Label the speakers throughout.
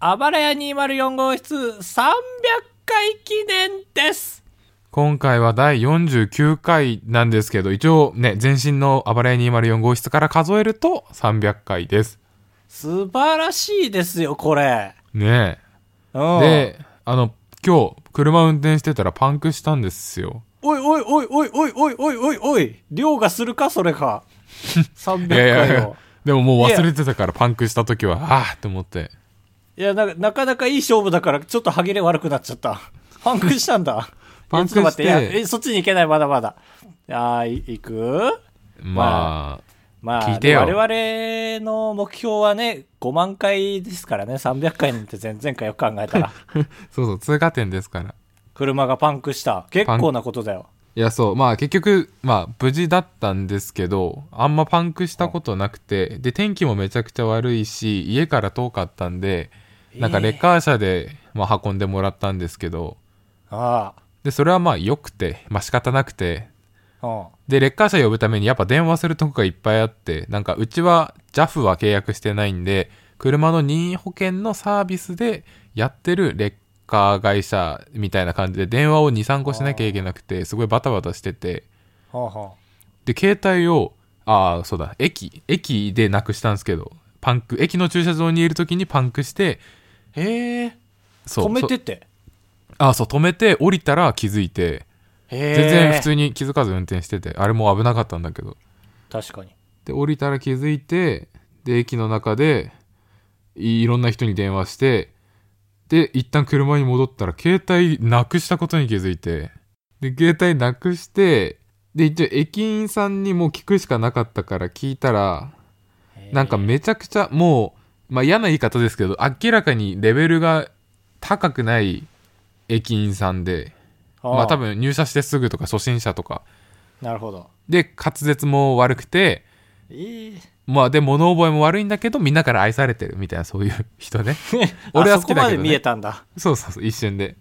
Speaker 1: あばらや204号室300回記念です。
Speaker 2: 今回は第49回なんですけど、一応ね、前身の暴れ204号室から数えると300回です。
Speaker 1: 素晴らしいですよ、これ。
Speaker 2: ね
Speaker 1: うん
Speaker 2: え。で、あの、今日、車運転してたらパンクしたんですよ。
Speaker 1: おいおいおいおいおいおいおいおいおい、量がするか、それ か。300
Speaker 2: いやいやい
Speaker 1: 回
Speaker 2: や
Speaker 1: を。。
Speaker 2: でももう忘れてたからパンクした時は、ああって思って。
Speaker 1: いやな、なかなかいい勝負だから、ちょっと歯切れ悪くなっちゃった。パンクしたんだ。
Speaker 2: パンクして
Speaker 1: いやちょっと待っていやえ、そっちに行けない、まだまだ。あーい、行く
Speaker 2: まあ、
Speaker 1: まあ、
Speaker 2: 聞いてよ
Speaker 1: 我々の目標はね、5万回ですからね、300回なんて前々回よく考えたら。
Speaker 2: そうそう、通過点ですから。
Speaker 1: 車がパンクした。結構なことだよ。
Speaker 2: いや、そう、まあ結局、まあ無事だったんですけど、あんまパンクしたことなくて、で、天気もめちゃくちゃ悪いし、家から遠かったんで、なんかレッカー車で、まあ、運んでもらったんですけど、
Speaker 1: あ
Speaker 2: で、それはまあ良くて、まあ仕方なくて、
Speaker 1: あ。うん。
Speaker 2: で、レッカー車呼ぶためにやっぱ電話するとこがいっぱいあって、なんかうちは JAF は契約してないんで、車の任意保険のサービスでやってるレッカー会社みたいな感じで電話を2、3個しなきゃいけなくて、すごいバタバタしてて、
Speaker 1: はあは
Speaker 2: で携帯をああそうだ駅駅でなくしたんですけどパンク駅の駐車場にいる時にパンクして
Speaker 1: あ。へえ。
Speaker 2: そう
Speaker 1: 止めて
Speaker 2: そ
Speaker 1: って。
Speaker 2: あーそう止めて降りたら気づいて
Speaker 1: へえ。
Speaker 2: 全然普通に気づかず運転しててあれもう危なかったんだけど
Speaker 1: 確かに。
Speaker 2: で降りたら気づいてで駅の中でいいろんな人に電話してで一旦車に戻ったら携帯なくしたことに気づいてで携帯なくしてで一応駅員さんにもう聞くしかなかったから聞いたらなんかめちゃくちゃもう、まあ、嫌な言い方ですけど明らかにレベルが高くない駅員さんで
Speaker 1: ああ
Speaker 2: まあ多。分入社してすぐとか初心者とか
Speaker 1: なるほど。
Speaker 2: で滑舌も悪くて
Speaker 1: え え。
Speaker 2: まあで物覚えも悪いんだけどみんなから愛されてるみたいなそういう人 ね俺は好きだけどね
Speaker 1: あそこまで見えたんだ。
Speaker 2: そうそうそう一瞬で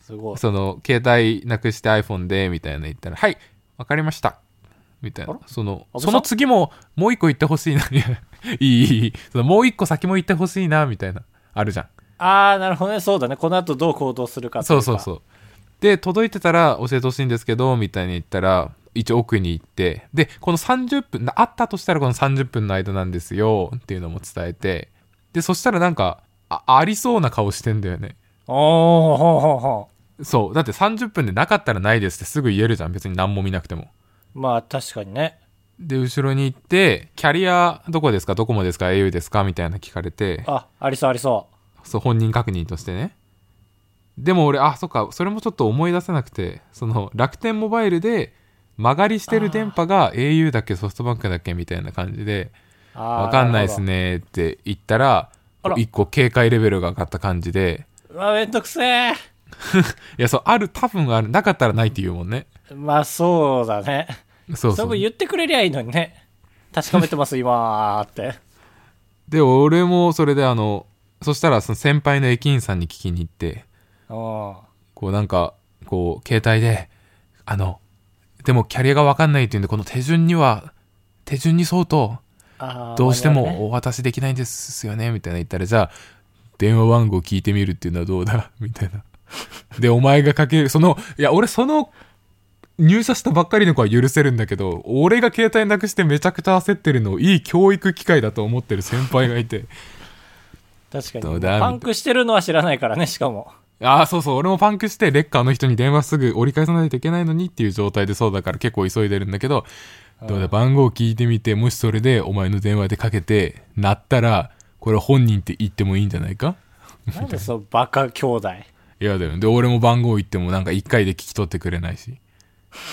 Speaker 2: す
Speaker 1: ごい。
Speaker 2: その携帯なくして iPhone でみたいな言ったら「はいわかりました」みたい
Speaker 1: あ
Speaker 2: な
Speaker 1: ら
Speaker 2: その
Speaker 1: あぶさ
Speaker 2: その次ももう一個言ってほしいないやいいいいいいそのもう一個先も言ってほしいなみたいなあるじゃん
Speaker 1: ああ、なるほどね。そうだね。この後どう行動するか。
Speaker 2: そうそうそううで届いてたら教えてほしいんですけどみたいに言ったら一応奥に行ってでこの30分なあったとしたらこの30分の間なんですよっていうのも伝えてでそしたらなんかあありそうな顔してんだよね
Speaker 1: おー、ほうほうほ
Speaker 2: そうだって30分でなかったらないですってすぐ言えるじゃん別に何も見なくても
Speaker 1: う。まあ、確かにね。
Speaker 2: で後ろに行ってキャリアどこですかドコモですか au ですかみたいな聞かれて
Speaker 1: あ、ありそうありそ
Speaker 2: そう本人確認としてねでも俺あそっかそれもちょっと思い出せなくてその楽天モバイルで曲がりしてる電波が au だっけソフトバンクだっけみたいな感じで
Speaker 1: う。あー
Speaker 2: わかんないです。ねって言ったら
Speaker 1: あら
Speaker 2: 一個警戒レベルが上がった感じで
Speaker 1: るほどうわ、めんどくせえ。
Speaker 2: いやそうある多分あるなかったらないって言うもんね
Speaker 1: まあ、そうだね。
Speaker 2: そう
Speaker 1: そ
Speaker 2: そ
Speaker 1: れも
Speaker 2: う
Speaker 1: 言ってくれりゃいいのにね。確かめてます、今ーって。
Speaker 2: で俺もそれであのそしたらその先輩の駅員さんに聞きに行って
Speaker 1: うん。
Speaker 2: こうなんか、こう、携帯で、あの、でもキャリアがわかんないっていうんで、この手順には、手順に沿うと、
Speaker 1: あー
Speaker 2: どうして
Speaker 1: 間に合わない
Speaker 2: もお渡しできないんですよね、みたいな言ったら、じゃあ、電話番号聞いてみるっていうのはどうだ みたいな。で、お前がかける、その、いや、俺その、入社したばっかりの子は許せるんだけど、俺が携帯なくしてめちゃくちゃ焦ってるのをいい教育機会だと思ってる先輩がいて、
Speaker 1: 確か
Speaker 2: ど
Speaker 1: に
Speaker 2: うだ
Speaker 1: パンクしてるのは知らないからねしか も
Speaker 2: ああ、そうそう、俺もパンクして、レッカーの人に電話すぐ折り返さないといけないのにっていう状態でそうだから結構急いでるんだけど、どうだ、番号聞いてみて、もしそれでお前の電話でかけて、鳴ったら、これ本人って言ってもいいんじゃないか
Speaker 1: なんでそうバカ兄弟
Speaker 2: 嫌だよね。で、俺も番号言ってもなんか1回で聞き取ってくれないし。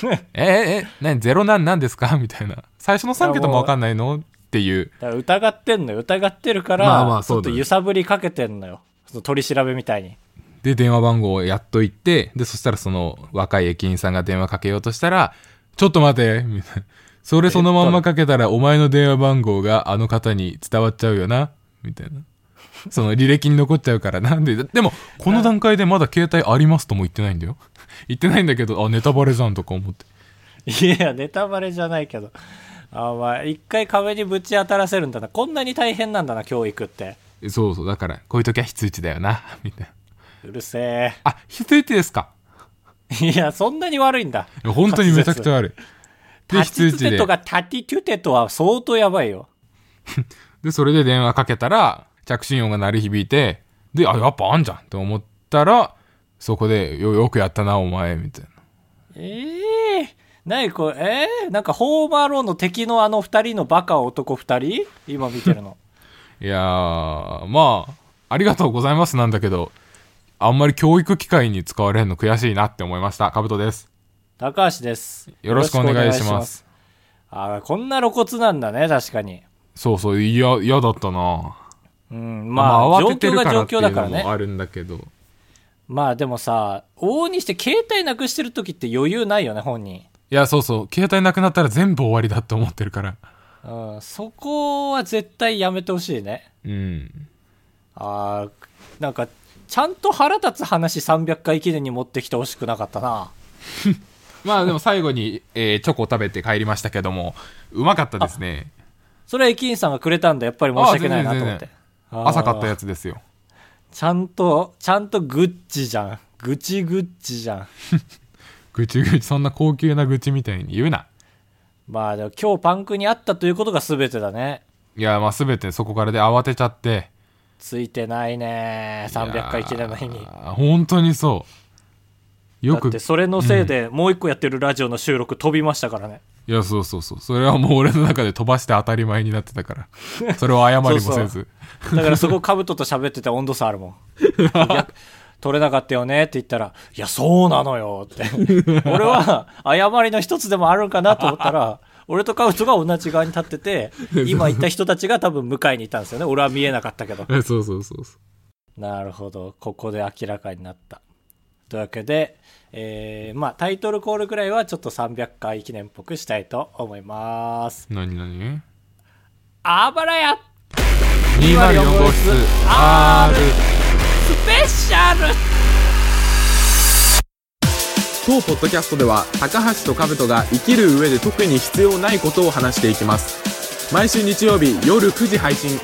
Speaker 2: えええ、何、ゼロなんなんですかみたいな。最初の3桁もわかんないのっていう。
Speaker 1: だから疑ってんのよ疑ってるから、
Speaker 2: まあまあ
Speaker 1: ちょっ
Speaker 2: そうだ
Speaker 1: と
Speaker 2: ね
Speaker 1: 揺さぶりかけてんのよその取り調べみたいに
Speaker 2: で電話番号をやっといてでそしたらその若い駅員さんが電話かけようとしたら「ちょっと待て」みたいな「それそのまんまかけたらお前の電話番号があの方に伝わっちゃうよな」みたいなその履歴に残っちゃうからなんででもこの段階でまだ携帯ありますとも言ってないんだよ言ってないんだけどあネタバレじゃんとか思って
Speaker 1: いやネタバレじゃないけどあーまあ一回壁にぶち当たらせるんだなこんなに大変なんだな教育って
Speaker 2: えそうそうだからこういう時は非通知だよなみたいな
Speaker 1: うるせえ。
Speaker 2: あ非通知ですか
Speaker 1: いや、そんなに悪いんだ。
Speaker 2: いや本当にめちゃくちゃ悪いで
Speaker 1: タ
Speaker 2: 非
Speaker 1: チツ
Speaker 2: 通
Speaker 1: テ
Speaker 2: 知で
Speaker 1: とかタティトゥテとは相当やばいよ。
Speaker 2: でそれで電話かけたら着信音が鳴り響いてであやっぱあんじゃんと思ったらそこでよよくやったなお前みたいな
Speaker 1: ええ何これ、ええなんかホームアローンの敵のあの二人のバカ男二人今見てる の。
Speaker 2: いやーまあありがとうございますなんだけどあんまり教育機会に使われるの悔しいなって思いましたかぶとです
Speaker 1: 高橋です。
Speaker 2: よろしくお願いします
Speaker 1: よろくお願すああ、こんな露骨なんだね、確かに。
Speaker 2: そうそういや嫌だったな
Speaker 1: うん、まあ、状況が状況だから
Speaker 2: っていうのも
Speaker 1: ね。
Speaker 2: あるんだけど
Speaker 1: まあでもさ、往々にして携帯なくしてる時って余裕ないよね、本人。
Speaker 2: いやそうそう携帯なくなったら全部終わりだって思ってるから
Speaker 1: うん、そこは絶対やめてほしいね。
Speaker 2: うん
Speaker 1: ああ、なんか、ちゃんと腹立つ話300回記念に持ってきてほしくなかったな。
Speaker 2: まあでも最後に、えーチョコを食べて帰りましたけどもうまかったですね
Speaker 1: それは駅員さんがくれたんで、やっぱり申し訳ないなと思って。
Speaker 2: 朝買ったや
Speaker 1: つ。
Speaker 2: つですよ
Speaker 1: ちゃんと、ちゃんとグッチじゃん。グチグッチじゃん。
Speaker 2: ぐちぐちそんな高級な愚痴みたいに言うな
Speaker 1: まあでも今日パンクにあったということが全てだね。
Speaker 2: いやまあ全てそこからで慌てちゃって
Speaker 1: ついてないね。300回記念の日
Speaker 2: い
Speaker 1: に
Speaker 2: や。ー本当にそうよ
Speaker 1: だっ
Speaker 2: く
Speaker 1: てそれのせいでもう一個やってるラジオの収録飛びましたからね。
Speaker 2: いやそうそうそうそれはもう俺の中で飛ばして当たり前になってたからそれを謝りもせず
Speaker 1: そうそうだからそこカブトと喋ってて温度差あるもん。逆取れなかったよねって言ったら、いや、そうなのよ って。俺は、誤りの一つでもあるんかなと思ったら、俺とカブトが同じ側に立ってて、 今行った人たちが多分迎えに行ったんですよね。俺は見えなかったけど。
Speaker 2: えそうそうそうそう
Speaker 1: なるほど。ここで明らかになった。というわけで、えーまあタイトルコールくらいはちょっと300回記念っぽくしたいと思います。
Speaker 2: 何何
Speaker 1: あばらや
Speaker 2: 204号室 R
Speaker 1: スペシャル
Speaker 3: 当ポッドキャストでは高橋と兜が生きる上で特に必要ないことを話していきます毎週日曜日夜9時配信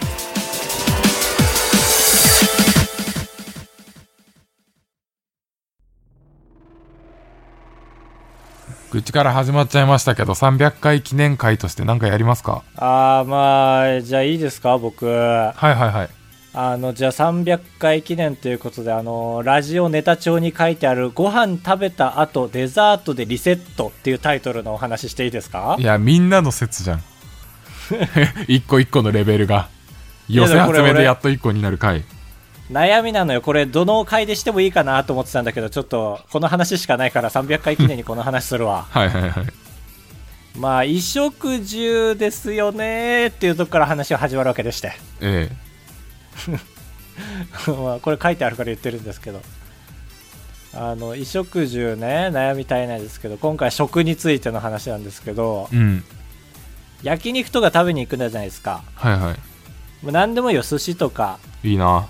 Speaker 2: 愚痴から始まっちゃいましたけど300回記念会として何かやりますか
Speaker 1: あーまあじゃあいいですか僕あ
Speaker 2: はいはいはい
Speaker 1: のじゃあ300回記念ということであのラジオネタ帳に書いてある「ご飯食べた後デザートでリセット」っていうタイトルのお話していいですか
Speaker 2: いやみんなの説じゃん 一個一個のレベルが寄せ
Speaker 1: いやでもこ
Speaker 2: 集
Speaker 1: れ
Speaker 2: めで
Speaker 1: 俺
Speaker 2: やっと一個になる回
Speaker 1: 悩みなのよこれどの回でしてもいいかなと思ってたんだけどちょっとこの話しかないから300回記念にこの話する わ
Speaker 2: はいはいはい
Speaker 1: まあ衣食住ですよねっていうとこから話が始まるわけでして
Speaker 2: ええ
Speaker 1: まあこれ書いてあるから言ってるんですけどあの衣食住ね悩み絶えないですけど今回食についての話なんですけど
Speaker 2: うん
Speaker 1: 焼肉とか食べに行くんじゃないですか
Speaker 2: はいは
Speaker 1: もう何でもいいよ寿司とか
Speaker 2: いいいな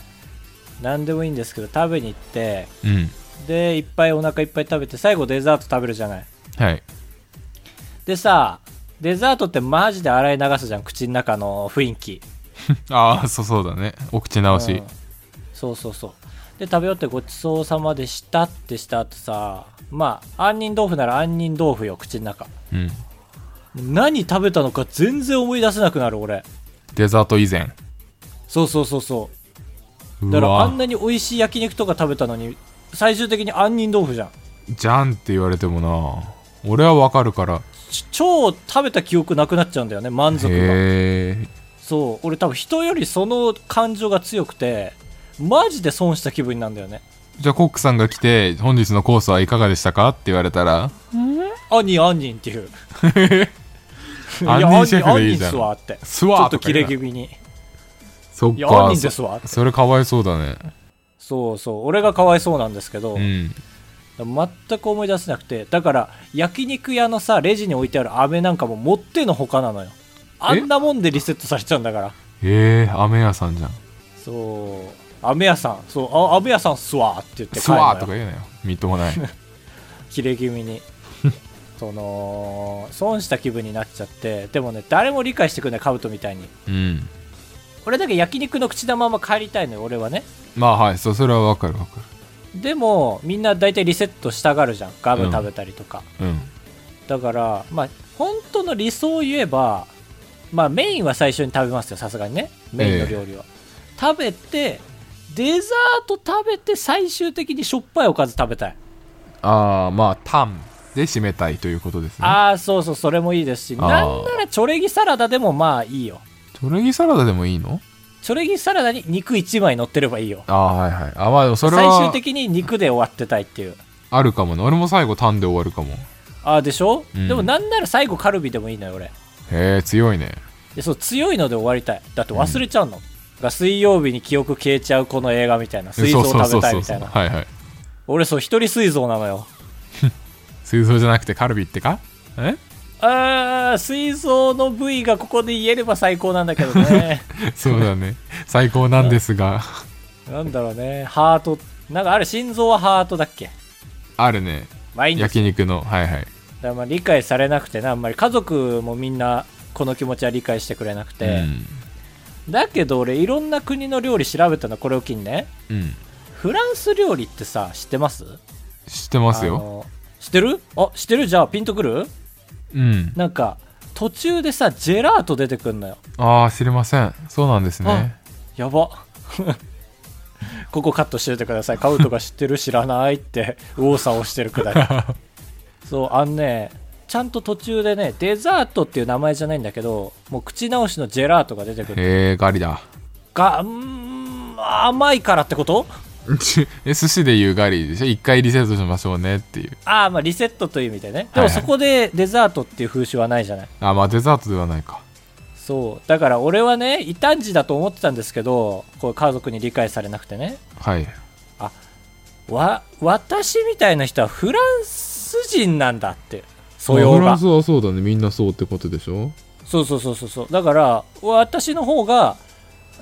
Speaker 1: 何でもいいんですけど食べに行って
Speaker 2: うん
Speaker 1: でいっぱいお腹いっぱい食べて最後デザート食べるじゃない
Speaker 2: はい
Speaker 1: でさデザートってマジで洗い流すじゃん口の中の雰囲気
Speaker 2: ああそうそうだねお口直
Speaker 1: う
Speaker 2: し
Speaker 1: ん、そうそうそうで食べ終わってごちそうさまでしたってした後さまあ杏仁豆腐なら杏仁豆腐よ口の中
Speaker 2: うん、
Speaker 1: 何食べたのか全然思い出せなくなる俺
Speaker 2: デザート以前
Speaker 1: そうそうそうそう
Speaker 2: う
Speaker 1: だからあ
Speaker 2: わ
Speaker 1: んなに美味しい焼肉とか食べたのに最終的に杏仁豆腐じゃん
Speaker 2: じゃんって言われてもな俺はわかるから
Speaker 1: ち超食べた記憶なくなっちゃうんだよね満足が
Speaker 2: へえ
Speaker 1: そう俺多分人よりその感情が強くてマジで損した気分なんだよね
Speaker 2: じゃあコックさんが来て本日のコースはいかがでしたかって言われたら
Speaker 1: 杏仁杏仁って いういや
Speaker 2: 杏仁シェフでいいじ
Speaker 1: 杏仁杏仁
Speaker 2: ゃん
Speaker 1: っすわって
Speaker 2: すわー
Speaker 1: ちょっと
Speaker 2: とか
Speaker 1: 切
Speaker 2: 言
Speaker 1: れ
Speaker 2: うな
Speaker 1: 気味に
Speaker 2: そっ
Speaker 1: いや杏
Speaker 2: か
Speaker 1: 仁ですわって
Speaker 2: そそれかわいそうだね
Speaker 1: そうそう俺がかわいそうなんですけど、
Speaker 2: うん
Speaker 1: 全く思い出せなくてだから焼肉屋のさレジに置いてある飴なんかも持ってのほかなのよあんなもんでリセットされちゃうんだから
Speaker 2: へえ飴屋さんじゃん
Speaker 1: そう飴屋さんそうあ飴屋さんすわーって言って帰
Speaker 2: ス
Speaker 1: るの
Speaker 2: ワ
Speaker 1: よ
Speaker 2: ーとか言うなよみっとも ない
Speaker 1: 切れ気味 にその損した気分になっちゃってでもね誰も理解してくれないカブトみたいに
Speaker 2: うん
Speaker 1: 俺だけ焼肉の口玉は帰りたいのよ俺はね
Speaker 2: まあはいそうそれはわかるわか
Speaker 1: でもみんな大体リセットしたがるじゃんガム食べたりとか、
Speaker 2: るうん
Speaker 1: だからまあ本当の理想を言えばまあメインは最初に食べますよさすがにねメインの料理は、食べてデザート食べて最終的にしょっぱいおかず食べたい、
Speaker 2: ああまあタンで締めたいということですね
Speaker 1: ああそうそうそれもいいですし
Speaker 2: あー
Speaker 1: なんならチョレギサラダでもまあいいよ
Speaker 2: トレギサラダでもいいの
Speaker 1: チョレギサラダに肉1枚乗ってればいいよ
Speaker 2: ああはいはいあまあでもそれ
Speaker 1: 最終
Speaker 2: は
Speaker 1: 的に肉で終わってたいっていう
Speaker 2: あるかもね俺も最後タンで終わるかも
Speaker 1: ああでしょ、
Speaker 2: うん
Speaker 1: でもなんなら最後カルビでもいいのよ俺
Speaker 2: へえ強いね
Speaker 1: でそう強いので終わりたいだって忘れちゃうの、が水曜日に記憶消えちゃうこの映画みたいな水
Speaker 2: そ
Speaker 1: 槽
Speaker 2: うそ
Speaker 1: 食べ
Speaker 2: うそう
Speaker 1: たい
Speaker 2: そう
Speaker 1: み
Speaker 2: そ
Speaker 1: た
Speaker 2: う
Speaker 1: いな
Speaker 2: はいはい
Speaker 1: 俺そう一人水槽なのよ
Speaker 2: 水槽じゃなくてカルビってか え
Speaker 1: あー水槽の部位がここで言えれば最高なんだけど ね
Speaker 2: そうだね最高なんですが
Speaker 1: なんだろうねハートなんかあれ心臓はハートだっけ
Speaker 2: あるね
Speaker 1: マインド
Speaker 2: 焼肉のはいは
Speaker 1: だ
Speaker 2: い
Speaker 1: からまあ理解されなくてなあんまり家族もみんなこの気持ちは理解してくれなくて、だけど俺いろんな国の料理調べたのこれを機にね
Speaker 2: うん、うん、
Speaker 1: フランス料理ってさ知ってます
Speaker 2: 知ってます
Speaker 1: あ
Speaker 2: よ
Speaker 1: の知ってるあ知ってるじゃあピンとくる
Speaker 2: うん
Speaker 1: なんか途中でさジェラート出てくんのよ
Speaker 2: ああ知りませんそうなんですね
Speaker 1: やば ここカットしててくださいカウトが知ってる知らないって右往左往してるくだり そうあのねちゃんと途中でねデザートっていう名前じゃないんだけどもう口直しのジェラートが出てくる
Speaker 2: へえガリ だ
Speaker 1: がうーん甘いからってこと
Speaker 2: え寿司で言うガリでしょ一回リセットしましょうねっていう
Speaker 1: ああまあリセットという意味でねで
Speaker 2: はいは
Speaker 1: もそ
Speaker 2: い
Speaker 1: こでデザートっていう風習はないじゃない
Speaker 2: あまあデザートではないか
Speaker 1: そうだから俺はね異端児だと思ってたんですけどこう家族に理解されなくてね
Speaker 2: はい
Speaker 1: わ私みたいな人はフランス人なんだって素養が
Speaker 2: はそうだねみんなそうってことでしょ
Speaker 1: そうそうそうそうそうだから私の方が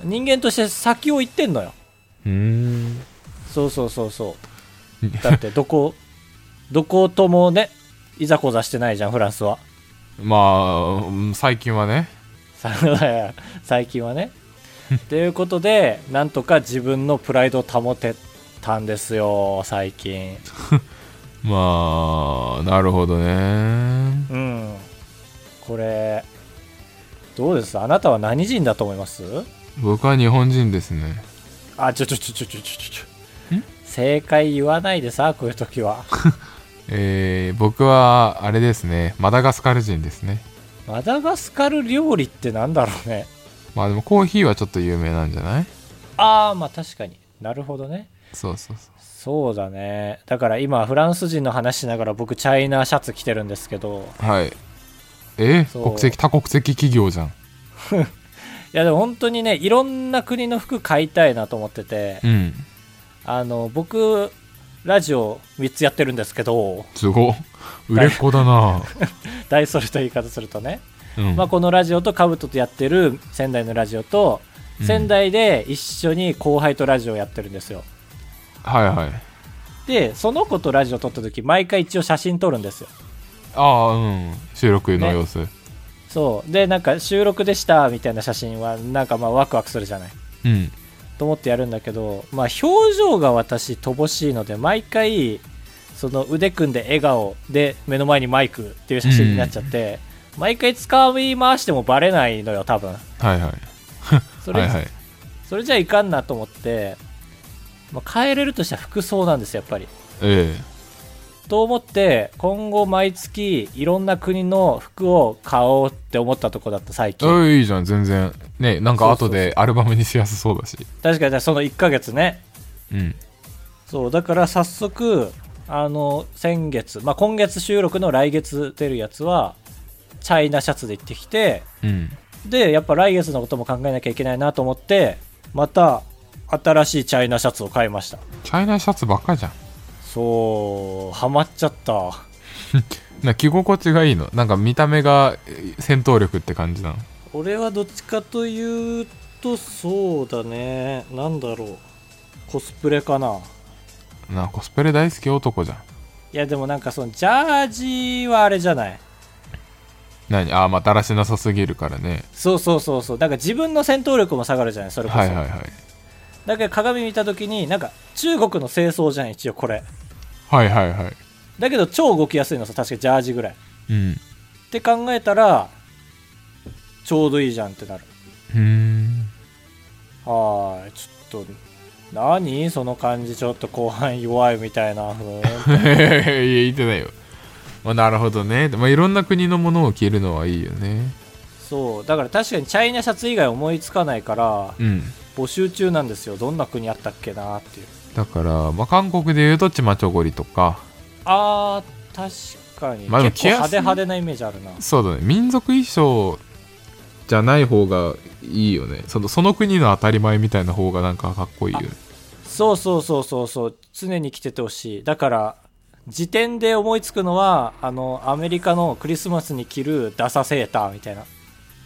Speaker 1: 人間として先を行ってんのよ
Speaker 2: うーん
Speaker 1: そうそうそうそう だってどこどこともねいざこざしてないじゃんフランスは
Speaker 2: まあうん最近はね
Speaker 1: さ最近は ねということでなんとか自分のプライドを保てたんですよ最近
Speaker 2: まあなるほどね
Speaker 1: うんこれどうですあなたは何人だと思います
Speaker 2: 僕は日本人ですね
Speaker 1: あちょちょちょちょちょちょちょ
Speaker 2: ん
Speaker 1: 正解言わないでさこういう時は
Speaker 2: えー、僕はあれですねマダガスカル人ですね
Speaker 1: マダガスカル料理ってなんだろうね
Speaker 2: まあでもコーヒーはちょっと有名なんじゃない
Speaker 1: ああまあ確かになるほどね
Speaker 2: そうそうそう
Speaker 1: そうだねだから今フランス人の話しながら僕チャイナシャツ着てるんですけど
Speaker 2: はいえ
Speaker 1: そう
Speaker 2: 国籍多国籍企業じゃん
Speaker 1: いやでも本当にねいろんな国の服買いたいなと思ってて
Speaker 2: うん
Speaker 1: あの僕ラジオ3つやってるんですけど
Speaker 2: すごっ売れっ子だな
Speaker 1: 大それた言い方するとね
Speaker 2: うん
Speaker 1: まあ、このラジオとカブトとやってる仙台のラジオと
Speaker 2: うん
Speaker 1: 仙台で一緒に後輩とラジオやってるんですよ
Speaker 2: はいはい
Speaker 1: でその子とラジオ撮った時毎回一応写真撮るんですよ
Speaker 2: ああうん収録の様子、
Speaker 1: そうでなんか収録でしたみたいな写真はなんかまあワクワクするじゃない
Speaker 2: うん
Speaker 1: と思ってやるんだけどまあ表情が私乏しいので毎回その腕組んで笑顔で目の前にマイクっていう写真になっちゃって、毎回使い回してもバレないのよ多分
Speaker 2: はいはい
Speaker 1: そ
Speaker 2: は
Speaker 1: れ
Speaker 2: いはい
Speaker 1: それじゃいかんなと思って、まあ、変えれるとしたら服装なんですよやっぱり
Speaker 2: え
Speaker 1: と思って今後毎月いろんな国の服を買おうって思ったとこだった最
Speaker 2: え
Speaker 1: 近
Speaker 2: えいいじゃん全然ねなんか後でアルバムにしやすそうだし
Speaker 1: 確かにその1ヶ月ね
Speaker 2: うん
Speaker 1: そうだから早速あの先月、まあ、今月収録の来月出るやつはチャイナシャツで行ってきて
Speaker 2: うん
Speaker 1: でやっぱ来月のことも考えなきゃいけないなと思ってまた新しいチャイナシャツを買いました
Speaker 2: チャイナシャツばっかじゃん
Speaker 1: そうハマっちゃった
Speaker 2: な着心地がいいのなんか見た目がえ戦闘力って感じなの
Speaker 1: 俺はどっちかというとそうだねなんだろうコスプレかな
Speaker 2: なコスプレ大好き男じゃん
Speaker 1: いやでもなんかそのジャージはあれじゃない
Speaker 2: 何ああまあだらしなさすぎるからね
Speaker 1: そうそうそうそうだから自分の戦闘力も下がるじゃないそれこそ、
Speaker 2: はいはいはい
Speaker 1: だけど鏡見た時になんか中国の清掃じゃん一応これ
Speaker 2: はいはいはい
Speaker 1: だけど超動きやすいのさ確かジャージぐらいっ
Speaker 2: うんう
Speaker 1: て考えたらちょうどいいじゃんってなる
Speaker 2: ーん
Speaker 1: はーいちょっと何その感じちょっと後半弱いみたいなふーん
Speaker 2: いや言ってないよ、まあ、なるほどね、まあ、いろんな国のものを着るのはいいよね
Speaker 1: そうだから確かにチャイナシャツ以外思いつかないから
Speaker 2: うん
Speaker 1: 募集中なんですよどんな国あったっけなーっていう
Speaker 2: だから、まあ、韓国で言うとチマチョゴリとか
Speaker 1: あー確かに、
Speaker 2: まあでも
Speaker 1: 結構派手
Speaker 2: 着やすい
Speaker 1: 派手なイメージあるな
Speaker 2: そうだね民族衣装じゃない方がいいよねそのその国の当たり前みたいな方がなんかかっこいいよね
Speaker 1: そうそうそうそうそう常に着ててほしいだから時点で思いつくのはあのアメリカのクリスマスに着るダサセーターみたいな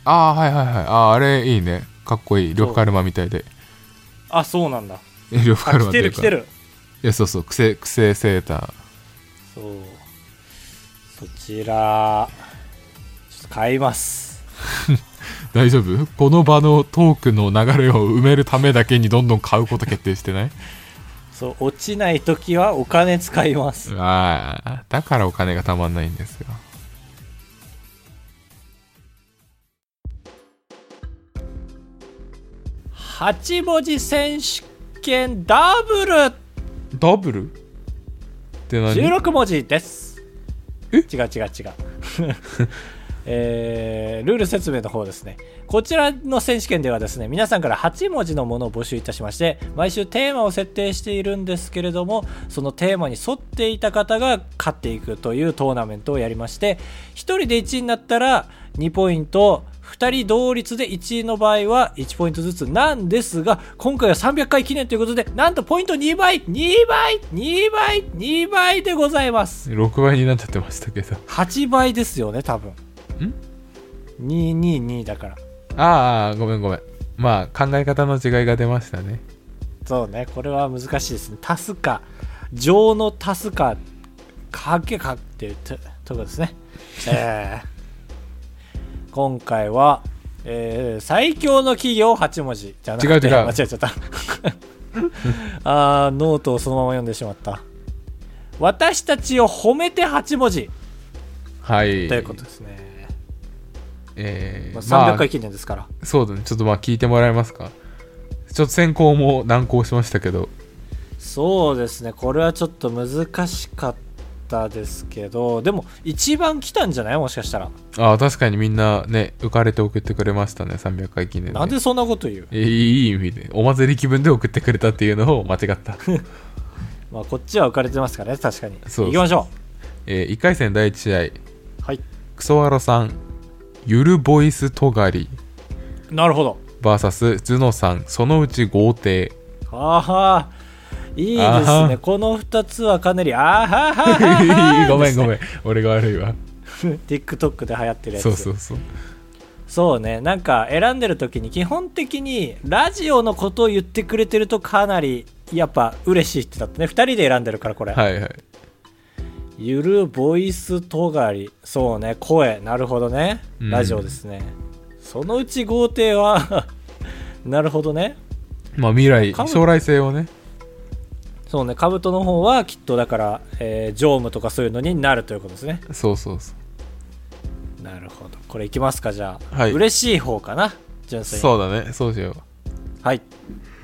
Speaker 2: ああはいはいはいあああれいいねかっこいい呂布カルマみたいで
Speaker 1: あそうなんだ
Speaker 2: え呂布カ
Speaker 1: あ着
Speaker 2: ルマ
Speaker 1: てる着て
Speaker 2: る
Speaker 1: る
Speaker 2: いやそうそう癖癖セーター
Speaker 1: そうそちらちょっと買います
Speaker 2: 大丈夫この場のトークの流れを埋めるためだけにどんどん買うこと決定してない
Speaker 1: そう落ちない時はお金使います
Speaker 2: ああだからお金がたまんないんですよ
Speaker 1: 8文字選手権ダブル
Speaker 2: ダブルって何
Speaker 1: 16文字です
Speaker 2: え
Speaker 1: 違う違う違うえールール説明の方ですねこちらの選手権ではですね皆さんから8文字のものを募集いたしまして毎週テーマを設定しているんですけれどもそのテーマに沿っていた方が勝っていくというトーナメントをやりまして1人で1位になったら2ポイント2人同率で1位の場合は1ポイントずつなんですが今回は300回記念ということでなんとポイント2倍2倍2倍2倍でございます
Speaker 2: 6倍になっちゃってましたけど
Speaker 1: 8倍ですよね多分
Speaker 2: ん
Speaker 1: 222だから
Speaker 2: ああごめんごめんまあ考え方の違いが出ましたね
Speaker 1: そうねこれは難しいですね足すか乗の足すかかけかっていうととこです ねえー今回は、えー最強の企業8文字じゃなくて
Speaker 2: 違う違 う
Speaker 1: 間違えちゃったあーノートをそのまま読んでしまった私たちを褒めて8文字
Speaker 2: はい
Speaker 1: ということですね、
Speaker 2: えー
Speaker 1: まあ
Speaker 2: ま
Speaker 1: 300
Speaker 2: あ
Speaker 1: 回記念ですから、
Speaker 2: そうだねちょっとまあ聞いてもらえますかちょっと選考も難航しましたけど
Speaker 1: そうですねこれはちょっと難しかったですけどでも一番来たんじゃないもしかしたら
Speaker 2: ああ確かにみんなね浮かれて送ってくれましたね300回記念で
Speaker 1: なんでそんなこと言う、
Speaker 2: えーいい意味でお祭り気分で送ってくれたっていうのを間違 った、
Speaker 1: まあ、こっちは浮かれてますからね確かに
Speaker 2: そう
Speaker 1: 行きましょ
Speaker 2: え1回戦第1試合
Speaker 1: うはい
Speaker 2: クソワロさんゆるボイスとがり
Speaker 1: なるほど
Speaker 2: VS 頭脳さんそのうち豪邸
Speaker 1: あはいい
Speaker 2: あ
Speaker 1: ですね
Speaker 2: は
Speaker 1: この2つはかなりあははは
Speaker 2: ごめんご
Speaker 1: ん
Speaker 2: めん俺が悪いわ
Speaker 1: TikTok で流行ってるやつ
Speaker 2: そうそうそう
Speaker 1: そうねなんか選んでる時に基本的にラジオのことを言ってくれてるとかなりやっぱ嬉しいってなってね2人で選んでるからこれ、
Speaker 2: はいはい
Speaker 1: ゆるボイスとがりそうね声なるほどね
Speaker 2: うん
Speaker 1: ラジオですね、そのうち豪邸は なるほどね
Speaker 2: まあ未来
Speaker 1: かぶ
Speaker 2: 将来性をね
Speaker 1: そうね兜の方はきっとだから、えー常務とかそういうのになるということですね
Speaker 2: そうそうそう
Speaker 1: なるほどこれいきますかじゃあ、
Speaker 2: はい
Speaker 1: 嬉しい方かな純粋に
Speaker 2: そうだねそうしよ
Speaker 1: はい、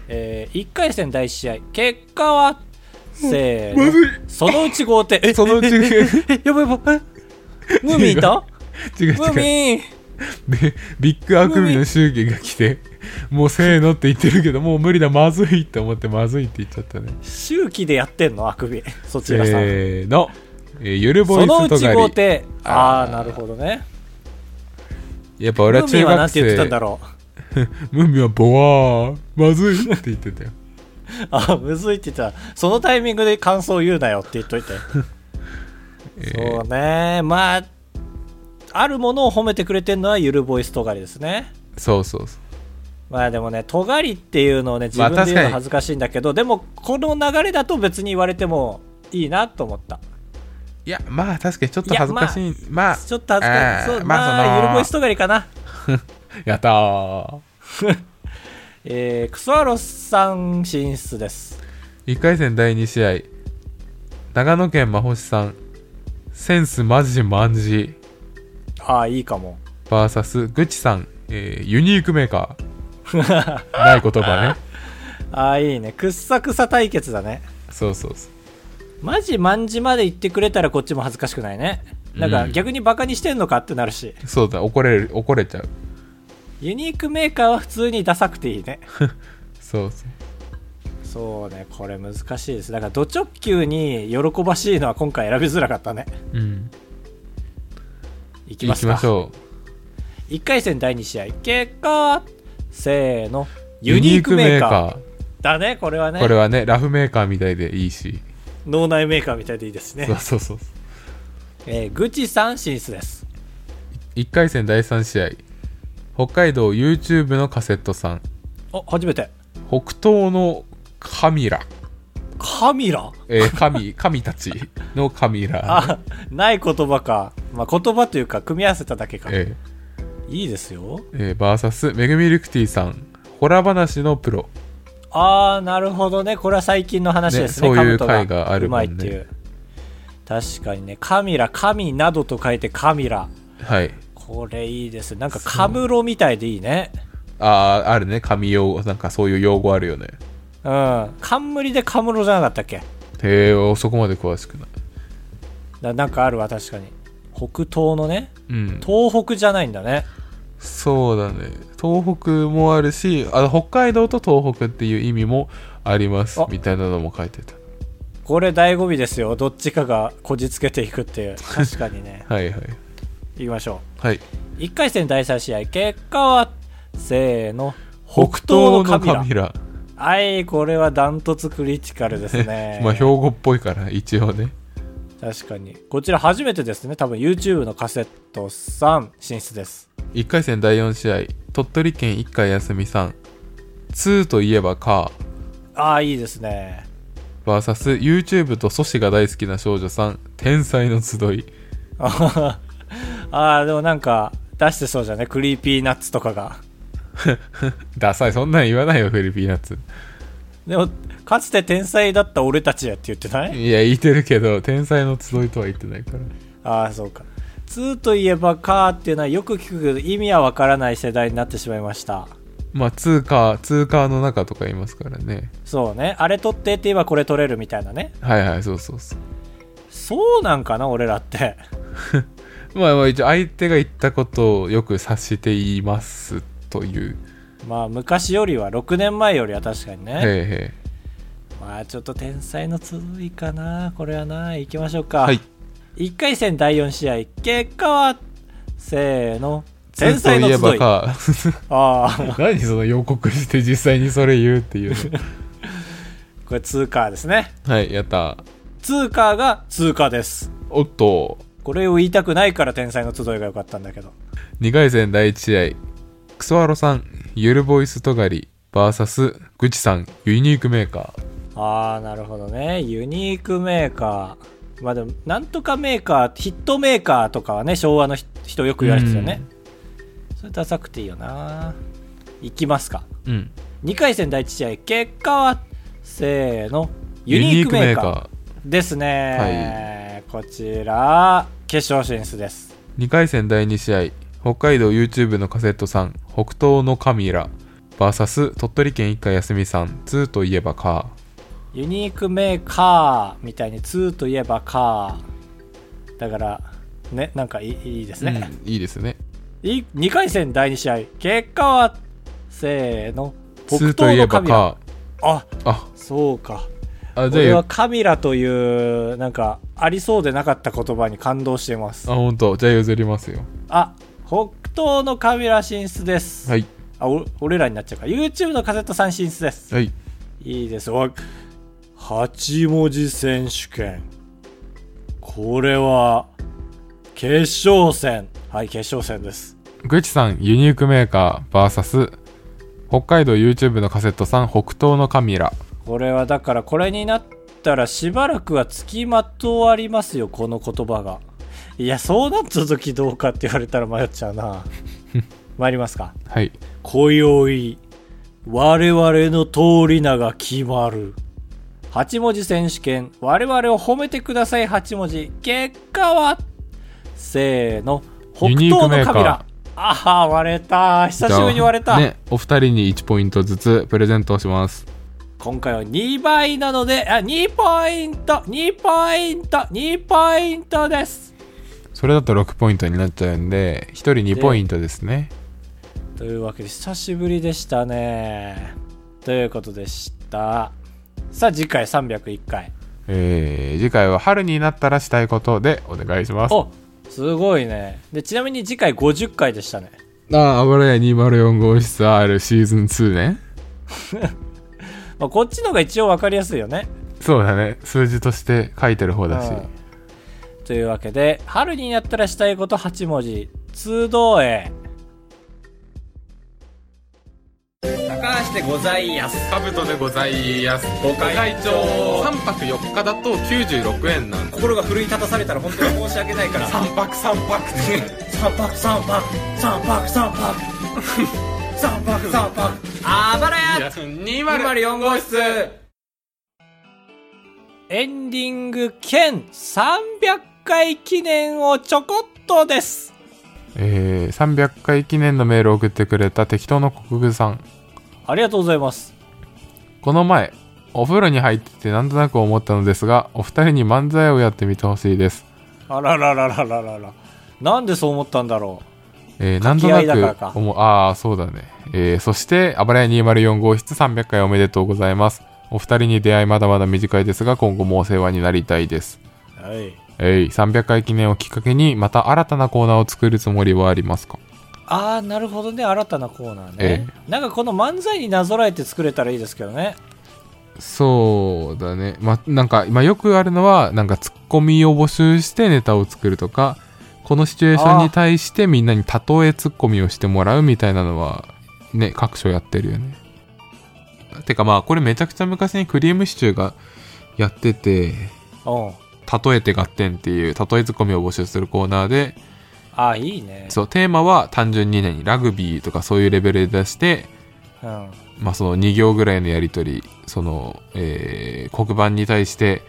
Speaker 1: え1回戦第1試合結果はせー
Speaker 2: う
Speaker 1: のそのうち豪邸え
Speaker 2: そのうち
Speaker 1: ええええやばいやばい えムーミンいた
Speaker 2: 違う
Speaker 1: ムー
Speaker 2: 違う
Speaker 1: ミン
Speaker 2: でビッグアクビの祝儀が来てもうせーのって言ってるけどもう無理だまずいって思ってまずいって言っちゃったね
Speaker 1: 周期でやってんのあくびそちらさん、
Speaker 2: せーの、えーゆるボイ
Speaker 1: そ
Speaker 2: ス
Speaker 1: のう
Speaker 2: と
Speaker 1: ち
Speaker 2: か
Speaker 1: 豪
Speaker 2: り
Speaker 1: 邸あ
Speaker 2: あー
Speaker 1: あーなるほどね
Speaker 2: やっぱ
Speaker 1: ム
Speaker 2: 俺
Speaker 1: ー
Speaker 2: は
Speaker 1: ミ
Speaker 2: 中
Speaker 1: ンは
Speaker 2: 学
Speaker 1: なんて言ってたんだ
Speaker 2: 生
Speaker 1: ろ
Speaker 2: ムーミンはボワーまずいって言ってたよ
Speaker 1: うあむずいって言ってたそのタイミングで感想言うなよって言っ といて、そうねまああるものを褒めてくれてるのはゆるボイスとがりですね
Speaker 2: そうそうそ
Speaker 1: まあでもね、とがりっていうのをね、自
Speaker 2: まあ
Speaker 1: 分で言うの
Speaker 2: 確かに
Speaker 1: 恥ずかしいんだけど、でも、この流れだと別に言われてもいいなと思った。
Speaker 2: ういや、まあ確かにちょっと
Speaker 1: いや
Speaker 2: 恥ずかしい。まあ、
Speaker 1: ちょっと恥ずかしい。
Speaker 2: えー
Speaker 1: そう、
Speaker 2: まあ
Speaker 1: まあ、
Speaker 2: その
Speaker 1: ゆるボイスとがりかな。
Speaker 2: やったー。
Speaker 1: えー、クソアロスさん進出です。
Speaker 2: 1回戦第2試合。長野県真星さん。センスマジマンジ。
Speaker 1: ああ、いいかも。
Speaker 2: VS グチさん、えーユニークメーカ ーない言葉ね
Speaker 1: ああ、いいね。くっさくさ対決だね。
Speaker 2: そうそうそう
Speaker 1: マジマンジまで言ってくれたらこっちも恥ずかしくないね。なんか
Speaker 2: うん
Speaker 1: 逆にバカにしてんのかってなるし。
Speaker 2: そうだ怒れる怒れちゃう
Speaker 1: ユニークメーカーは普通にダサくていいね。
Speaker 2: そうそう
Speaker 1: そうね、これ難しいです。だから、ド直球に喜ばしいのは今回選びづらかったね。
Speaker 2: うん
Speaker 1: いき
Speaker 2: 行
Speaker 1: ま
Speaker 2: き
Speaker 1: す
Speaker 2: ま
Speaker 1: か
Speaker 2: し。ょ
Speaker 1: 1回戦第2試合、結果、せーの、
Speaker 2: う
Speaker 1: ユニークメーカー。
Speaker 2: ユニークメ
Speaker 1: だね、これは
Speaker 2: ーカ
Speaker 1: ね。
Speaker 2: ーこれはねラフメーカーみたいでいいし
Speaker 1: 脳内メーカーみたいでいいですね
Speaker 2: そう。そうそう
Speaker 1: えー、ぐちさん進出です。
Speaker 2: 1回戦第3試合北海道 YouTube のカセットさん
Speaker 1: お、初めて。
Speaker 2: 北東のカミラ、
Speaker 1: カミラ
Speaker 2: え ー神神たちのカミラ、
Speaker 1: あ、ない言葉か。まあ、言葉というか、組み合わせただけか。
Speaker 2: え
Speaker 1: いいですよ。
Speaker 2: ーえー、VS めぐみルクティさんホラ話のプロ
Speaker 1: ああ、なるほどね。これは最近の話ですね。
Speaker 2: ねそういう
Speaker 1: 兜が
Speaker 2: 回がある
Speaker 1: う
Speaker 2: もん
Speaker 1: ま
Speaker 2: ね
Speaker 1: いっていう。確かにね。カミラ、神などと書いてカミラ。
Speaker 2: はい
Speaker 1: これいいです。なんかカムロみたいでいいね。
Speaker 2: あああるね神用語なんかそういう用語あるよね
Speaker 1: うん。冠でカムロじゃなかったっけ
Speaker 2: へえそこまで詳しくない
Speaker 1: だなんかあるわ、確かに。北東のね。
Speaker 2: うん
Speaker 1: 東北じゃないんだね。
Speaker 2: そうだね東北もあるしあの北海道と東北っていう意味もあります
Speaker 1: あ
Speaker 2: みたいなのも書いてた。
Speaker 1: これ醍醐味ですよ。どっちかがこじつけていくっていう。確かにね
Speaker 2: はいはい
Speaker 1: 行きましょ
Speaker 2: はい、
Speaker 1: う。1回戦第3試合。結果は、せーの。北東のカミラ。
Speaker 2: ラ、
Speaker 1: はい、これはダントツクリティカルです ね。
Speaker 2: まあ兵庫っぽいから一応ね
Speaker 1: 確かに。こちら初めてですね。多分 YouTube のカセット3進出です。
Speaker 2: 1回戦第4試合鳥取県一回休みさん2といえばカ
Speaker 1: ああ、いいですね。
Speaker 2: ー VSYouTube とソシが大好きな少女さん天才の集い
Speaker 1: ああ、でもなんか出してそうじゃね。クリーピーナッツとかが。
Speaker 2: ダサいそんなん言わないよフィリピーナッツ
Speaker 1: でも、かつて天才だった俺たちやって言ってない
Speaker 2: いや、言ってるけど、天才の集いとは言ってないから。
Speaker 1: ああ、そうか。2といえばかーっていうのはよく聞くけど意味はわからない世代になってしまいました。
Speaker 2: まあ、通貨、通貨の中とか言いますからね。
Speaker 1: そうね。あれ取ってって言えばこれ取れるみたいなね。
Speaker 2: はいはい、そうそうそう。
Speaker 1: そうなんかな俺らって。
Speaker 2: まあ、まあ、一応、相手が言ったことをよく察して言いますという。
Speaker 1: まあ昔よりは6年前よりは確かに
Speaker 2: へ
Speaker 1: ね、
Speaker 2: えへ
Speaker 1: まあちょっと天才の集いかなこれはな行きましょう
Speaker 2: え。
Speaker 1: か、
Speaker 2: はい。
Speaker 1: 1回戦第4試合結果はせーの天
Speaker 2: 通と
Speaker 1: 才の
Speaker 2: い
Speaker 1: 集
Speaker 2: えば
Speaker 1: いあ
Speaker 2: か。
Speaker 1: あ
Speaker 2: 何その予告して実際にそれ言うっていうの。
Speaker 1: これ通貨ですね
Speaker 2: はい、やった。
Speaker 1: 通貨が通貨です
Speaker 2: おっと、
Speaker 1: これを言いたくないから天才の集いが良かったんだけど
Speaker 2: 2回戦第1試合。クソワロさん、ゆるボイスとがり、VS、グチさん、ユニークメーカー。
Speaker 1: ああなるほどねユニークメーカーまあでもなんとかメーカーヒットメーカーとかはね昭和のひ人よく言われてたよねそれダサくていいよないきますか
Speaker 2: うん。
Speaker 1: 2回戦第1試合結果はせーのユニークメーカーですね、こちら決勝進出です
Speaker 2: 2回戦第2試合北海道 YouTube のカセットさん北東のカミラ VS 鳥取県一家休みさん2といえばか
Speaker 1: ユニークメーカーみたいに2といえばカーだからねなんかいいいいですね、
Speaker 2: うんいいですね
Speaker 1: い2回戦第2試合結果はせーの北
Speaker 2: 2と
Speaker 1: 東
Speaker 2: いえ
Speaker 1: の
Speaker 2: ば
Speaker 1: カミラ
Speaker 2: か
Speaker 1: あ
Speaker 2: あ
Speaker 1: そうか
Speaker 2: あ
Speaker 1: こ
Speaker 2: じ
Speaker 1: れ
Speaker 2: ゃ
Speaker 1: は
Speaker 2: あ
Speaker 1: カミラというなんかありそうでなかった言葉に感動しています
Speaker 2: あ本当じゃあ譲りますよ
Speaker 1: あ北東のカミラ進出です、
Speaker 2: はい
Speaker 1: あお俺らになっちゃうか YouTube のカセットさん進出です
Speaker 2: はい
Speaker 1: いいですわ8文字選手権これは決勝戦はい決勝戦です
Speaker 2: グチさんユニークメーカー VS 北海道 YouTube のカセットさん北東のカミラ
Speaker 1: これはだからこれになっったらしばらくはつきまとわりますよこの言葉がいやそうなった時どうかって言われたら迷っちゃう な参りますか
Speaker 2: はい。
Speaker 1: 今宵我々の通り名が決まる8文字選手権我々を褒めてください8文字結果はせーの北
Speaker 2: ユニー
Speaker 1: 東
Speaker 2: ク
Speaker 1: の
Speaker 2: メーカー
Speaker 1: カビラああ割れた久しぶりに割れた、
Speaker 2: ね、お二人に1ポイントずつプレゼントをします。
Speaker 1: 今回は2倍なのであ2ポイント2ポイント2ポイントです
Speaker 2: それだと6ポイントになっちゃうんで、1人2ポイントですね。
Speaker 1: というわけで久しぶりでしたねということでしたさあ次回301回
Speaker 2: えー、次回は春になったらしたいことでお願いします。あ
Speaker 1: おすごいねでちなみに次回50回でしたね
Speaker 2: あ、暴れ屋204号室 R シーズン2ね。
Speaker 1: まあ、こっちのが一応分かりやすいよね
Speaker 2: そうだね。数字として書いてる方だし。
Speaker 1: うんというわけで春になったらしたいこと8文字通道へ高橋でございやす
Speaker 3: カブトでございますご会長3泊4日だと96円なんで
Speaker 1: 心が奮い立たされたら本当に申し訳ないから
Speaker 3: 3泊3泊って
Speaker 1: 三泊三泊三泊三泊三泊三泊あばらや
Speaker 3: 204号室
Speaker 1: エンディング兼300回記念をちょこっとです
Speaker 2: えー、300回記念のメールを送ってくれた適当の国分さん。
Speaker 1: ありがとうございます
Speaker 2: この前、お風呂に入っててなんとなく思ったのですが、お二人に漫才をやってみてほしいです。
Speaker 1: あらららららららなんでそう思ったんだろ
Speaker 2: えー、なんと
Speaker 1: 掛け合いだ
Speaker 2: な
Speaker 1: から
Speaker 2: く
Speaker 1: か
Speaker 2: 思う、ああ、そうだね。えー、そして、あばらや204号室300回おめでとうございます。お二人に出会いまだまだ短いですが、今後もお世話になりたいです。
Speaker 1: うはい
Speaker 2: えい、300回記念をきっかけに、また新たなコーナーを作るつもりはありますか
Speaker 1: ああなるほどね新たなコーナーね、
Speaker 2: え
Speaker 1: なんかこの漫才になぞらえて作れたらいいですけどね
Speaker 2: そうだね。ま、なんか、まあ、よくあるのは、なんか、ツッコミを募集してネタを作るとか、このシチュエーションに対してみんなに例えツッコミをしてもらうみたいなのは、ね、各所やってるよね。てかまあ、これめちゃくちゃ昔にクリームシチューがやってて、
Speaker 1: うん
Speaker 2: 例えて合点っていう、例えツッコミを募集するコーナーで、
Speaker 1: ああいいね
Speaker 2: そう、テーマは単純に何、ラグビーとかそういうレベルで出して、
Speaker 1: うん
Speaker 2: まあ、その2行ぐらいのやり取りその、えー黒板に対して、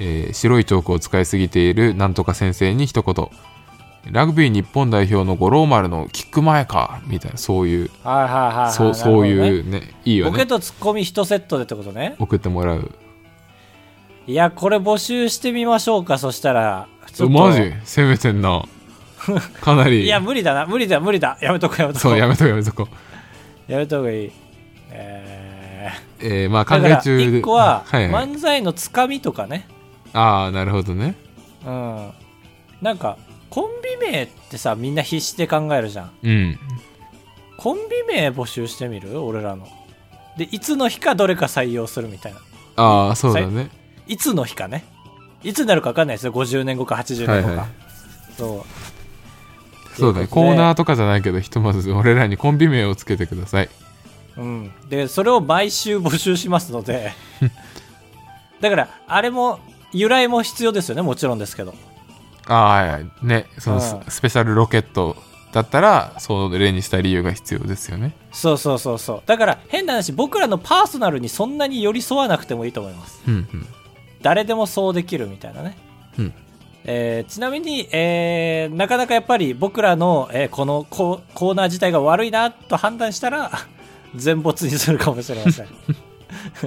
Speaker 2: えー白いチョークを使いすぎているなんとか先生に一言「ラグビー日本代表の五郎丸のキック前か」みたいなそういう
Speaker 1: はいはいはいはい
Speaker 2: そうそう
Speaker 1: なる
Speaker 2: いうねいい
Speaker 1: ほどね
Speaker 2: よ
Speaker 1: ボケ
Speaker 2: ね
Speaker 1: とツッコミ1セットでってことね
Speaker 2: 送ってもらう
Speaker 1: いやこれ募集してみましょうかそしたらちょっと
Speaker 2: マジ攻めてん なかなり
Speaker 1: いや無理だな無理だ無理だやめとこうやめとこ
Speaker 2: そうやめとこやめとこ
Speaker 1: やめた方がいいえー
Speaker 2: えー、まあ考
Speaker 1: だか
Speaker 2: え
Speaker 1: ら
Speaker 2: 中で
Speaker 1: 1個は
Speaker 2: はいはい、
Speaker 1: 漫才のつかみとかね、
Speaker 2: ああなるほどね
Speaker 1: うんなんかコンビ名ってさみんな必死で考えるじゃん
Speaker 2: うん
Speaker 1: コンビ名募集してみる俺らのでいつの日かどれか採用するみたいな
Speaker 2: ああそうだね
Speaker 1: いつの日かねいつになるか分かんないですよ50年後か80年後か、
Speaker 2: はいはい
Speaker 1: そう
Speaker 2: そうだねコーナーとかじゃないけどひとまず俺らにコンビ名をつけてください
Speaker 1: うん、でそれを毎週募集しますので だからあれも由来も必要ですよねもちろんですけど
Speaker 2: ああはいはいねそのス
Speaker 1: うん
Speaker 2: スペシャルロケットだったらそう例にした理由が必要ですよね
Speaker 1: そうそうそうそうだから変な話僕らのパーソナルにそんなに寄り添わなくてもいいと思います
Speaker 2: うんうん
Speaker 1: 誰でもそうできるみたいなね、
Speaker 2: うん
Speaker 1: えーちなみに、えーなかなかやっぱり僕らの、えーこのココーナー自体が悪いなと判断したら全没にするかもしれま せん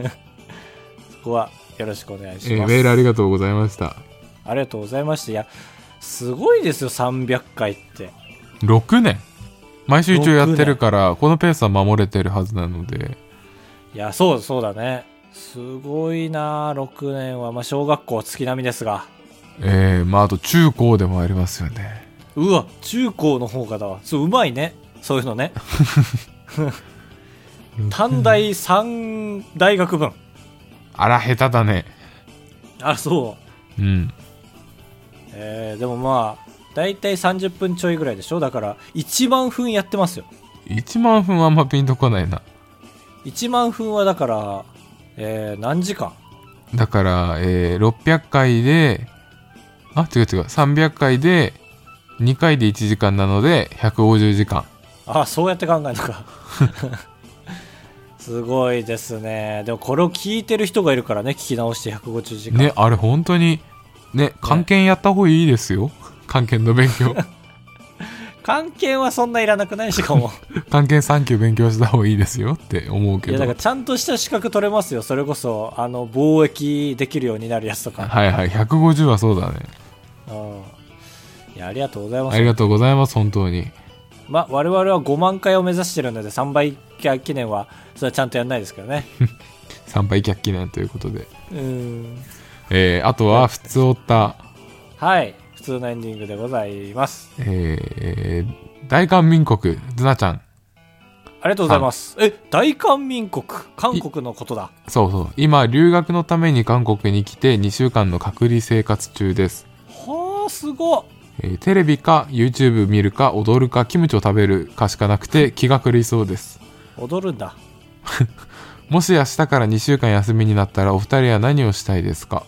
Speaker 1: そこはよろしくお願いし
Speaker 2: え
Speaker 1: ま
Speaker 2: ー
Speaker 1: す、
Speaker 2: メールありがとうございました
Speaker 1: ありがとうございましたいやすごいですよ300回って
Speaker 2: 6年毎週一応やって
Speaker 1: 六
Speaker 2: る
Speaker 1: 年
Speaker 2: からこのペースは守れてるはずなので
Speaker 1: いやそうそうだねすごいな6年はまあ小学校月並みですが
Speaker 2: えー、まああと中高でもありますよね
Speaker 1: うわ中高の方がだわそううまいねそういうのね短大3大学分
Speaker 2: あら下手だね
Speaker 1: あそう
Speaker 2: うん
Speaker 1: えーでもまあ大体30分ちょいぐらいでしょだから1万分やってますよ
Speaker 2: 1万分はあんまピンとこないな
Speaker 1: 1万分はだから、えー何時間
Speaker 2: だから、えー600回で、あ、違う違う、300回で、2回で1時間なので、150時間。
Speaker 1: あそうやって考えるの かすごいですねでもこれを聞いてる人がいるからね聞き直して150時間、
Speaker 2: ね、あれ本当に、ね、関係やった方がいいですよ。関係の勉 強。
Speaker 1: 関係はそんないらなくないしかも
Speaker 2: 関係3級勉強した方がいいですよって思う
Speaker 1: い
Speaker 2: け
Speaker 1: や
Speaker 2: ど。
Speaker 1: だからちゃんとした資格取れますよそれこそあの貿易できるようになるやつとか、
Speaker 2: はいはい、150はそうだね。
Speaker 1: うんいやありがとうございま
Speaker 2: あ
Speaker 1: す
Speaker 2: りがとうございます、本当に。
Speaker 1: まあ、我々は5万回を目指してるので3倍回記念はそれはちゃんとやんないですけどね
Speaker 2: 参拝客記念ということで。
Speaker 1: うん
Speaker 2: えーあとは、普通おった、
Speaker 1: はい普通のエンディングでございます
Speaker 2: えー大韓民国、ズナちゃん。
Speaker 1: ありがとうございますえ大韓民国韓国のことだ
Speaker 2: そうそう。今、留学のために韓国に来て2週間の隔離生活中です。
Speaker 1: はあすごっ
Speaker 2: えーテレビか YouTube 見るか踊るかキムチを食べるかしかなくて気が狂いそうです。
Speaker 1: 踊るんだ
Speaker 2: もし明日から2週間休みになったらお二人は何をしたいですか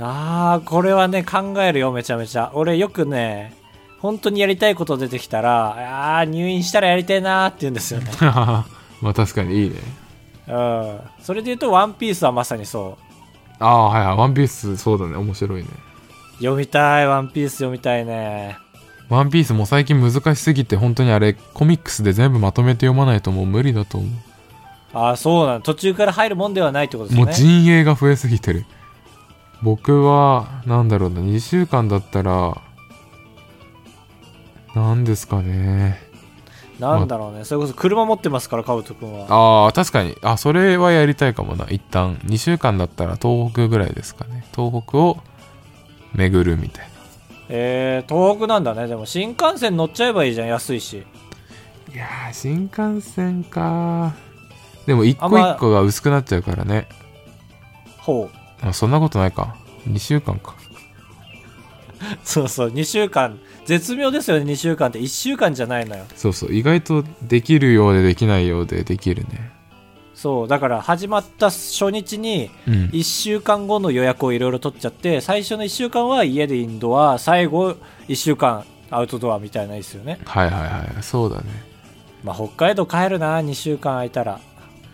Speaker 1: ああこれはね考えるよめちゃめちゃ俺よくね本当にやりたいこと出てきたらあー入院したらやりたいなーって言うんですよね
Speaker 2: まあ確かにいいね。
Speaker 1: うんそれで言うと「ワンピースはまさにそう
Speaker 2: ああ、はいはい。ワンピースそうだね。面白いね。
Speaker 1: 読みたい「ワンピース読みたいね
Speaker 2: ワンピースも最近難しすぎて本当にあれコミックスで全部まとめて読まないともう無理だと思う。
Speaker 1: ああそうなの途中から入るもんではないってことです
Speaker 2: もう
Speaker 1: ね
Speaker 2: 陣営が増えすぎてる僕はなんだろうな2週間だったら何ですかね
Speaker 1: なんだろうねそれこそ車持ってますからかぶとくんは
Speaker 2: あー確かにあそれはやりたいかもな一旦2週間だったら東北ぐらいですかね東北を巡るみたい
Speaker 1: えー、東北なんだねでも新幹線乗っちゃえばいいじゃん安いし
Speaker 2: ないやー新幹線かでも一
Speaker 1: あん
Speaker 2: 個
Speaker 1: ま
Speaker 2: 一個が薄くなっちゃうからね
Speaker 1: ほう
Speaker 2: あそんなことないか2週間か
Speaker 1: そうそう2週間絶妙ですよね2週間って1週間じゃないのよ
Speaker 2: そうそう意外とできるようでできないようでできるね
Speaker 1: そうだから始まった初日に
Speaker 2: うん
Speaker 1: 1週間後の予約をいろいろ取っちゃって最初の1週間は家でインドア最後1週間アウトドアみたいなのいいですよね、
Speaker 2: はいはいはいそうだね
Speaker 1: まあ、北海道帰るな2週間空いたら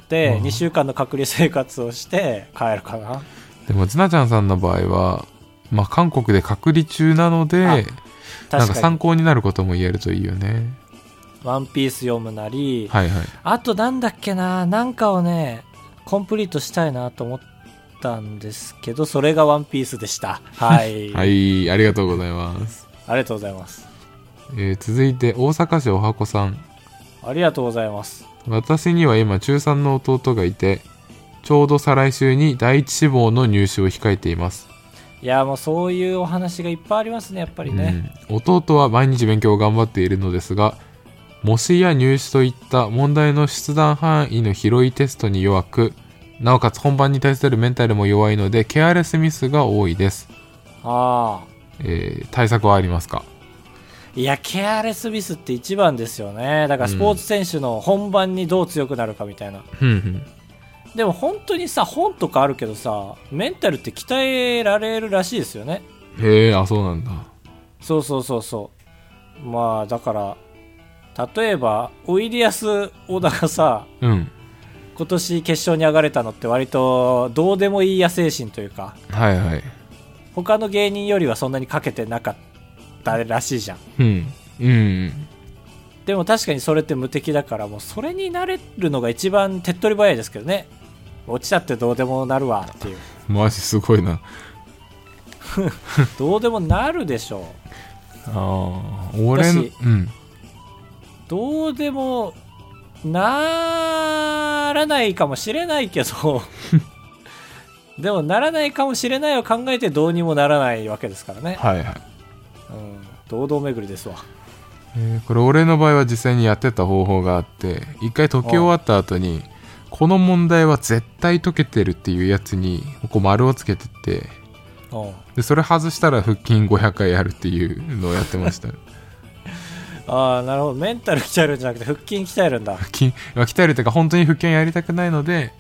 Speaker 1: で
Speaker 2: うん
Speaker 1: 2週間の隔離生活をして帰るかな
Speaker 2: でもズナちゃんさんの場合は、まあ、韓国で隔離中なの
Speaker 1: あ
Speaker 2: でなん
Speaker 1: 確
Speaker 2: か
Speaker 1: かに
Speaker 2: 参考になることも言えるといいよね
Speaker 1: 「ワンピース読むなり、
Speaker 2: はいはい
Speaker 1: あとなんだっけななんかをねコンプリートしたいなと思ったんですけどそれが「ワンピースでしたはい、
Speaker 2: はいありがとうございます、
Speaker 1: ありがとうございます
Speaker 2: えー続いて大阪市おはこさん
Speaker 1: ありがとうございます
Speaker 2: 私には今中3の弟がいてちょうど再来週に第一志望の入試を控えています、
Speaker 1: いやもうそういうお話がいっぱいありますねやっぱりね、
Speaker 2: うん、弟は毎日勉強を頑張っているのですが模試や入試といった問題の出題範囲の広いテストに弱くなおかつ本番に対するメンタルも弱いのでケアレスミスが多いです、
Speaker 1: ああ
Speaker 2: えー対策はありますか
Speaker 1: いやケアレスミスって一番ですよねだからスポーツ選手の本番にどう強くなるかみたいな、
Speaker 2: ふんふん
Speaker 1: でも本当にさ本とかあるけどさメンタルって鍛えられるらしいですよね
Speaker 2: へえあそうなんだ
Speaker 1: そうそうそうそうまあだから例えばおいでやす小田がさ
Speaker 2: うん
Speaker 1: 今年決勝に上がれたのって割とどうでもいいや精神というか
Speaker 2: はいはい
Speaker 1: 他の芸人よりはそんなにかけてなかったらしいじゃん
Speaker 2: うんうん
Speaker 1: でも確かにそれって無敵だからもうそれに慣れるのが一番手っ取り早いですけどね落ちたってどうでもなるわ っていう
Speaker 2: マジすごいな
Speaker 1: どうでもなるでしょ
Speaker 2: あー俺の
Speaker 1: 私
Speaker 2: うん
Speaker 1: うどうでもならないかもしれないけ どでもならないかもしれないを考えてどうにもならないわけですからね、
Speaker 2: はいはい、
Speaker 1: うん、堂々巡りですわ
Speaker 2: えーこれ俺の場合は実際にやってた方法があって一回解き終わった後にこの問題は絶対解けてるっていうやつにこう丸をつけてって
Speaker 1: うん
Speaker 2: でそれ外したら腹筋500回やるっていうのをやってました腹
Speaker 1: ああなるほどメンタル鍛えるんじゃなくて腹筋鍛えるんだ
Speaker 2: 筋まあ鍛えるというか本当に腹筋やりたくないので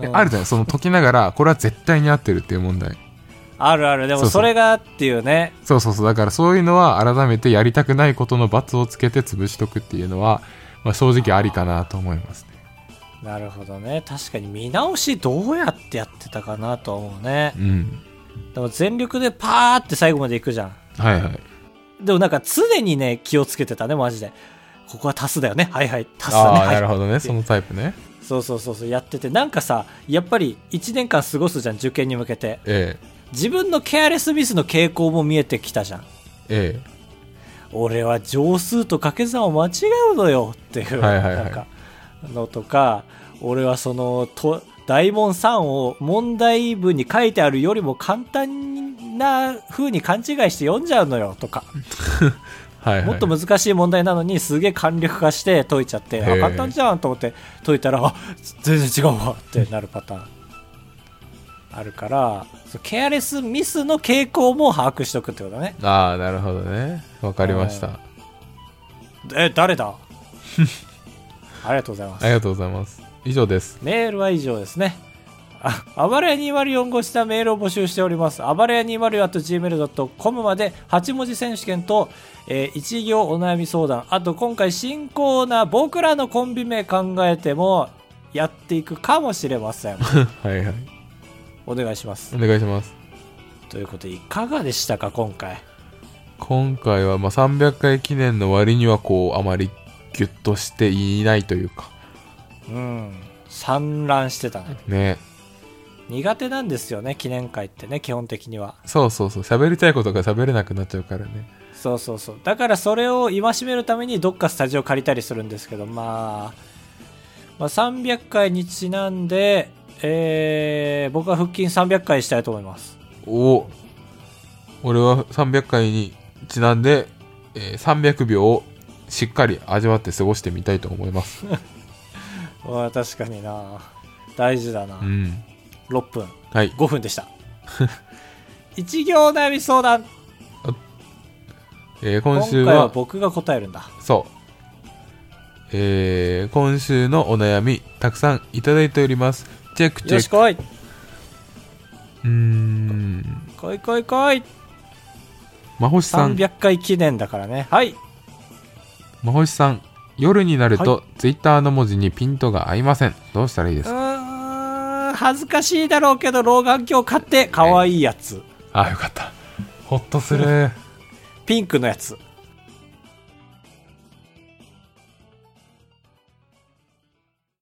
Speaker 2: えあるじゃないその解きながらこれは絶対に合ってるっていう問題
Speaker 1: あるあるで
Speaker 2: そ
Speaker 1: も
Speaker 2: うそ
Speaker 1: そ
Speaker 2: う
Speaker 1: れがっていうね
Speaker 2: そうそうそうだからそういうのは改めてやりたくないことの罰をつけて潰しとくっていうのは、まあ、正直ありかなと思いますね
Speaker 1: なるほどね確かに見直しどうやってやってたかなとは思うね
Speaker 2: うん
Speaker 1: でも全力でパーって最後まで行くじゃん
Speaker 2: はいはい
Speaker 1: でもなんか常にね気をつけてたねマジでここは足すだよねはいはい足すだね
Speaker 2: ああ
Speaker 1: は
Speaker 2: ないるほどねそのタイプね
Speaker 1: そうそうそうそうやっててなんかさやっぱり1年間過ごすじゃん受験に向けて
Speaker 2: え
Speaker 1: 自分のケアレスミスの傾向も見えてきたじゃん
Speaker 2: ええ
Speaker 1: 俺は乗数と掛け算を間違うのよっていう、
Speaker 2: はいはいはい
Speaker 1: なんかのとか俺はそのと大問3を問題文に書いてあるよりも簡単な風に勘違いして読んじゃうのよとか、
Speaker 2: えはいはい
Speaker 1: もっと難しい問題なのにすげえ簡略化して解いちゃって、あ
Speaker 2: へえ
Speaker 1: 簡単じゃんと思って解いたらあ全然違うわってなるパターンあるからそうケアレスミスの傾向も把握しとくってことだね
Speaker 2: ああなるほどねわかりました
Speaker 1: え誰だ ありがとうございま
Speaker 2: あ
Speaker 1: す
Speaker 2: りがとうございます以 上です
Speaker 1: メールは以上ですねあ暴れ屋204号室ではメールを募集しております暴れ屋 204.gmail.com まで8文字選手権と、えー一行お悩み相談あと今回新コーナー僕らのコンビ名考えてもやっていくかもしれません
Speaker 2: はいはい
Speaker 1: お願いします
Speaker 2: お願いします
Speaker 1: ということでいかがでしたか今回
Speaker 2: 今回はまあ300回記念の割にはこうあまりギュッとしていないというか
Speaker 1: うん散乱してたね
Speaker 2: ね
Speaker 1: 苦手なんですよね記念会ってね基本的には
Speaker 2: そうそうそう喋りたいことが喋れなくなっちゃうからね
Speaker 1: そうそうそうだからそれを戒めるためにどっかスタジオ借りたりするんですけど、まあ、まあ300回にちなんで、えー僕は腹筋300回したいと思います
Speaker 2: お俺は300回にちなんで、えー300秒をしっかり味わって過ごしてみたいと思います
Speaker 1: うわ確かにな大事だな、
Speaker 2: うん
Speaker 1: 6分
Speaker 2: はい
Speaker 1: 5分でした 一行悩み相談
Speaker 2: えー今
Speaker 1: 今
Speaker 2: 週
Speaker 1: 回
Speaker 2: は
Speaker 1: は僕が答えるんだ
Speaker 2: そう。えー今週のお悩み、たくさんいただいております。チェックチェ
Speaker 1: よし
Speaker 2: ック。
Speaker 1: 来いう
Speaker 2: ーん。
Speaker 1: 来い来い来い
Speaker 2: まほしさん、
Speaker 1: 300回記念だからねはい
Speaker 2: まほしさん、夜になると、ツイッターの文字にピントが合いません。どうしたらいいで
Speaker 1: う
Speaker 2: すか
Speaker 1: ーん恥ずかしいだろうけど老眼鏡買って可愛いやつ、
Speaker 2: あ、よかった。ほっとする。
Speaker 1: ピンクのやつ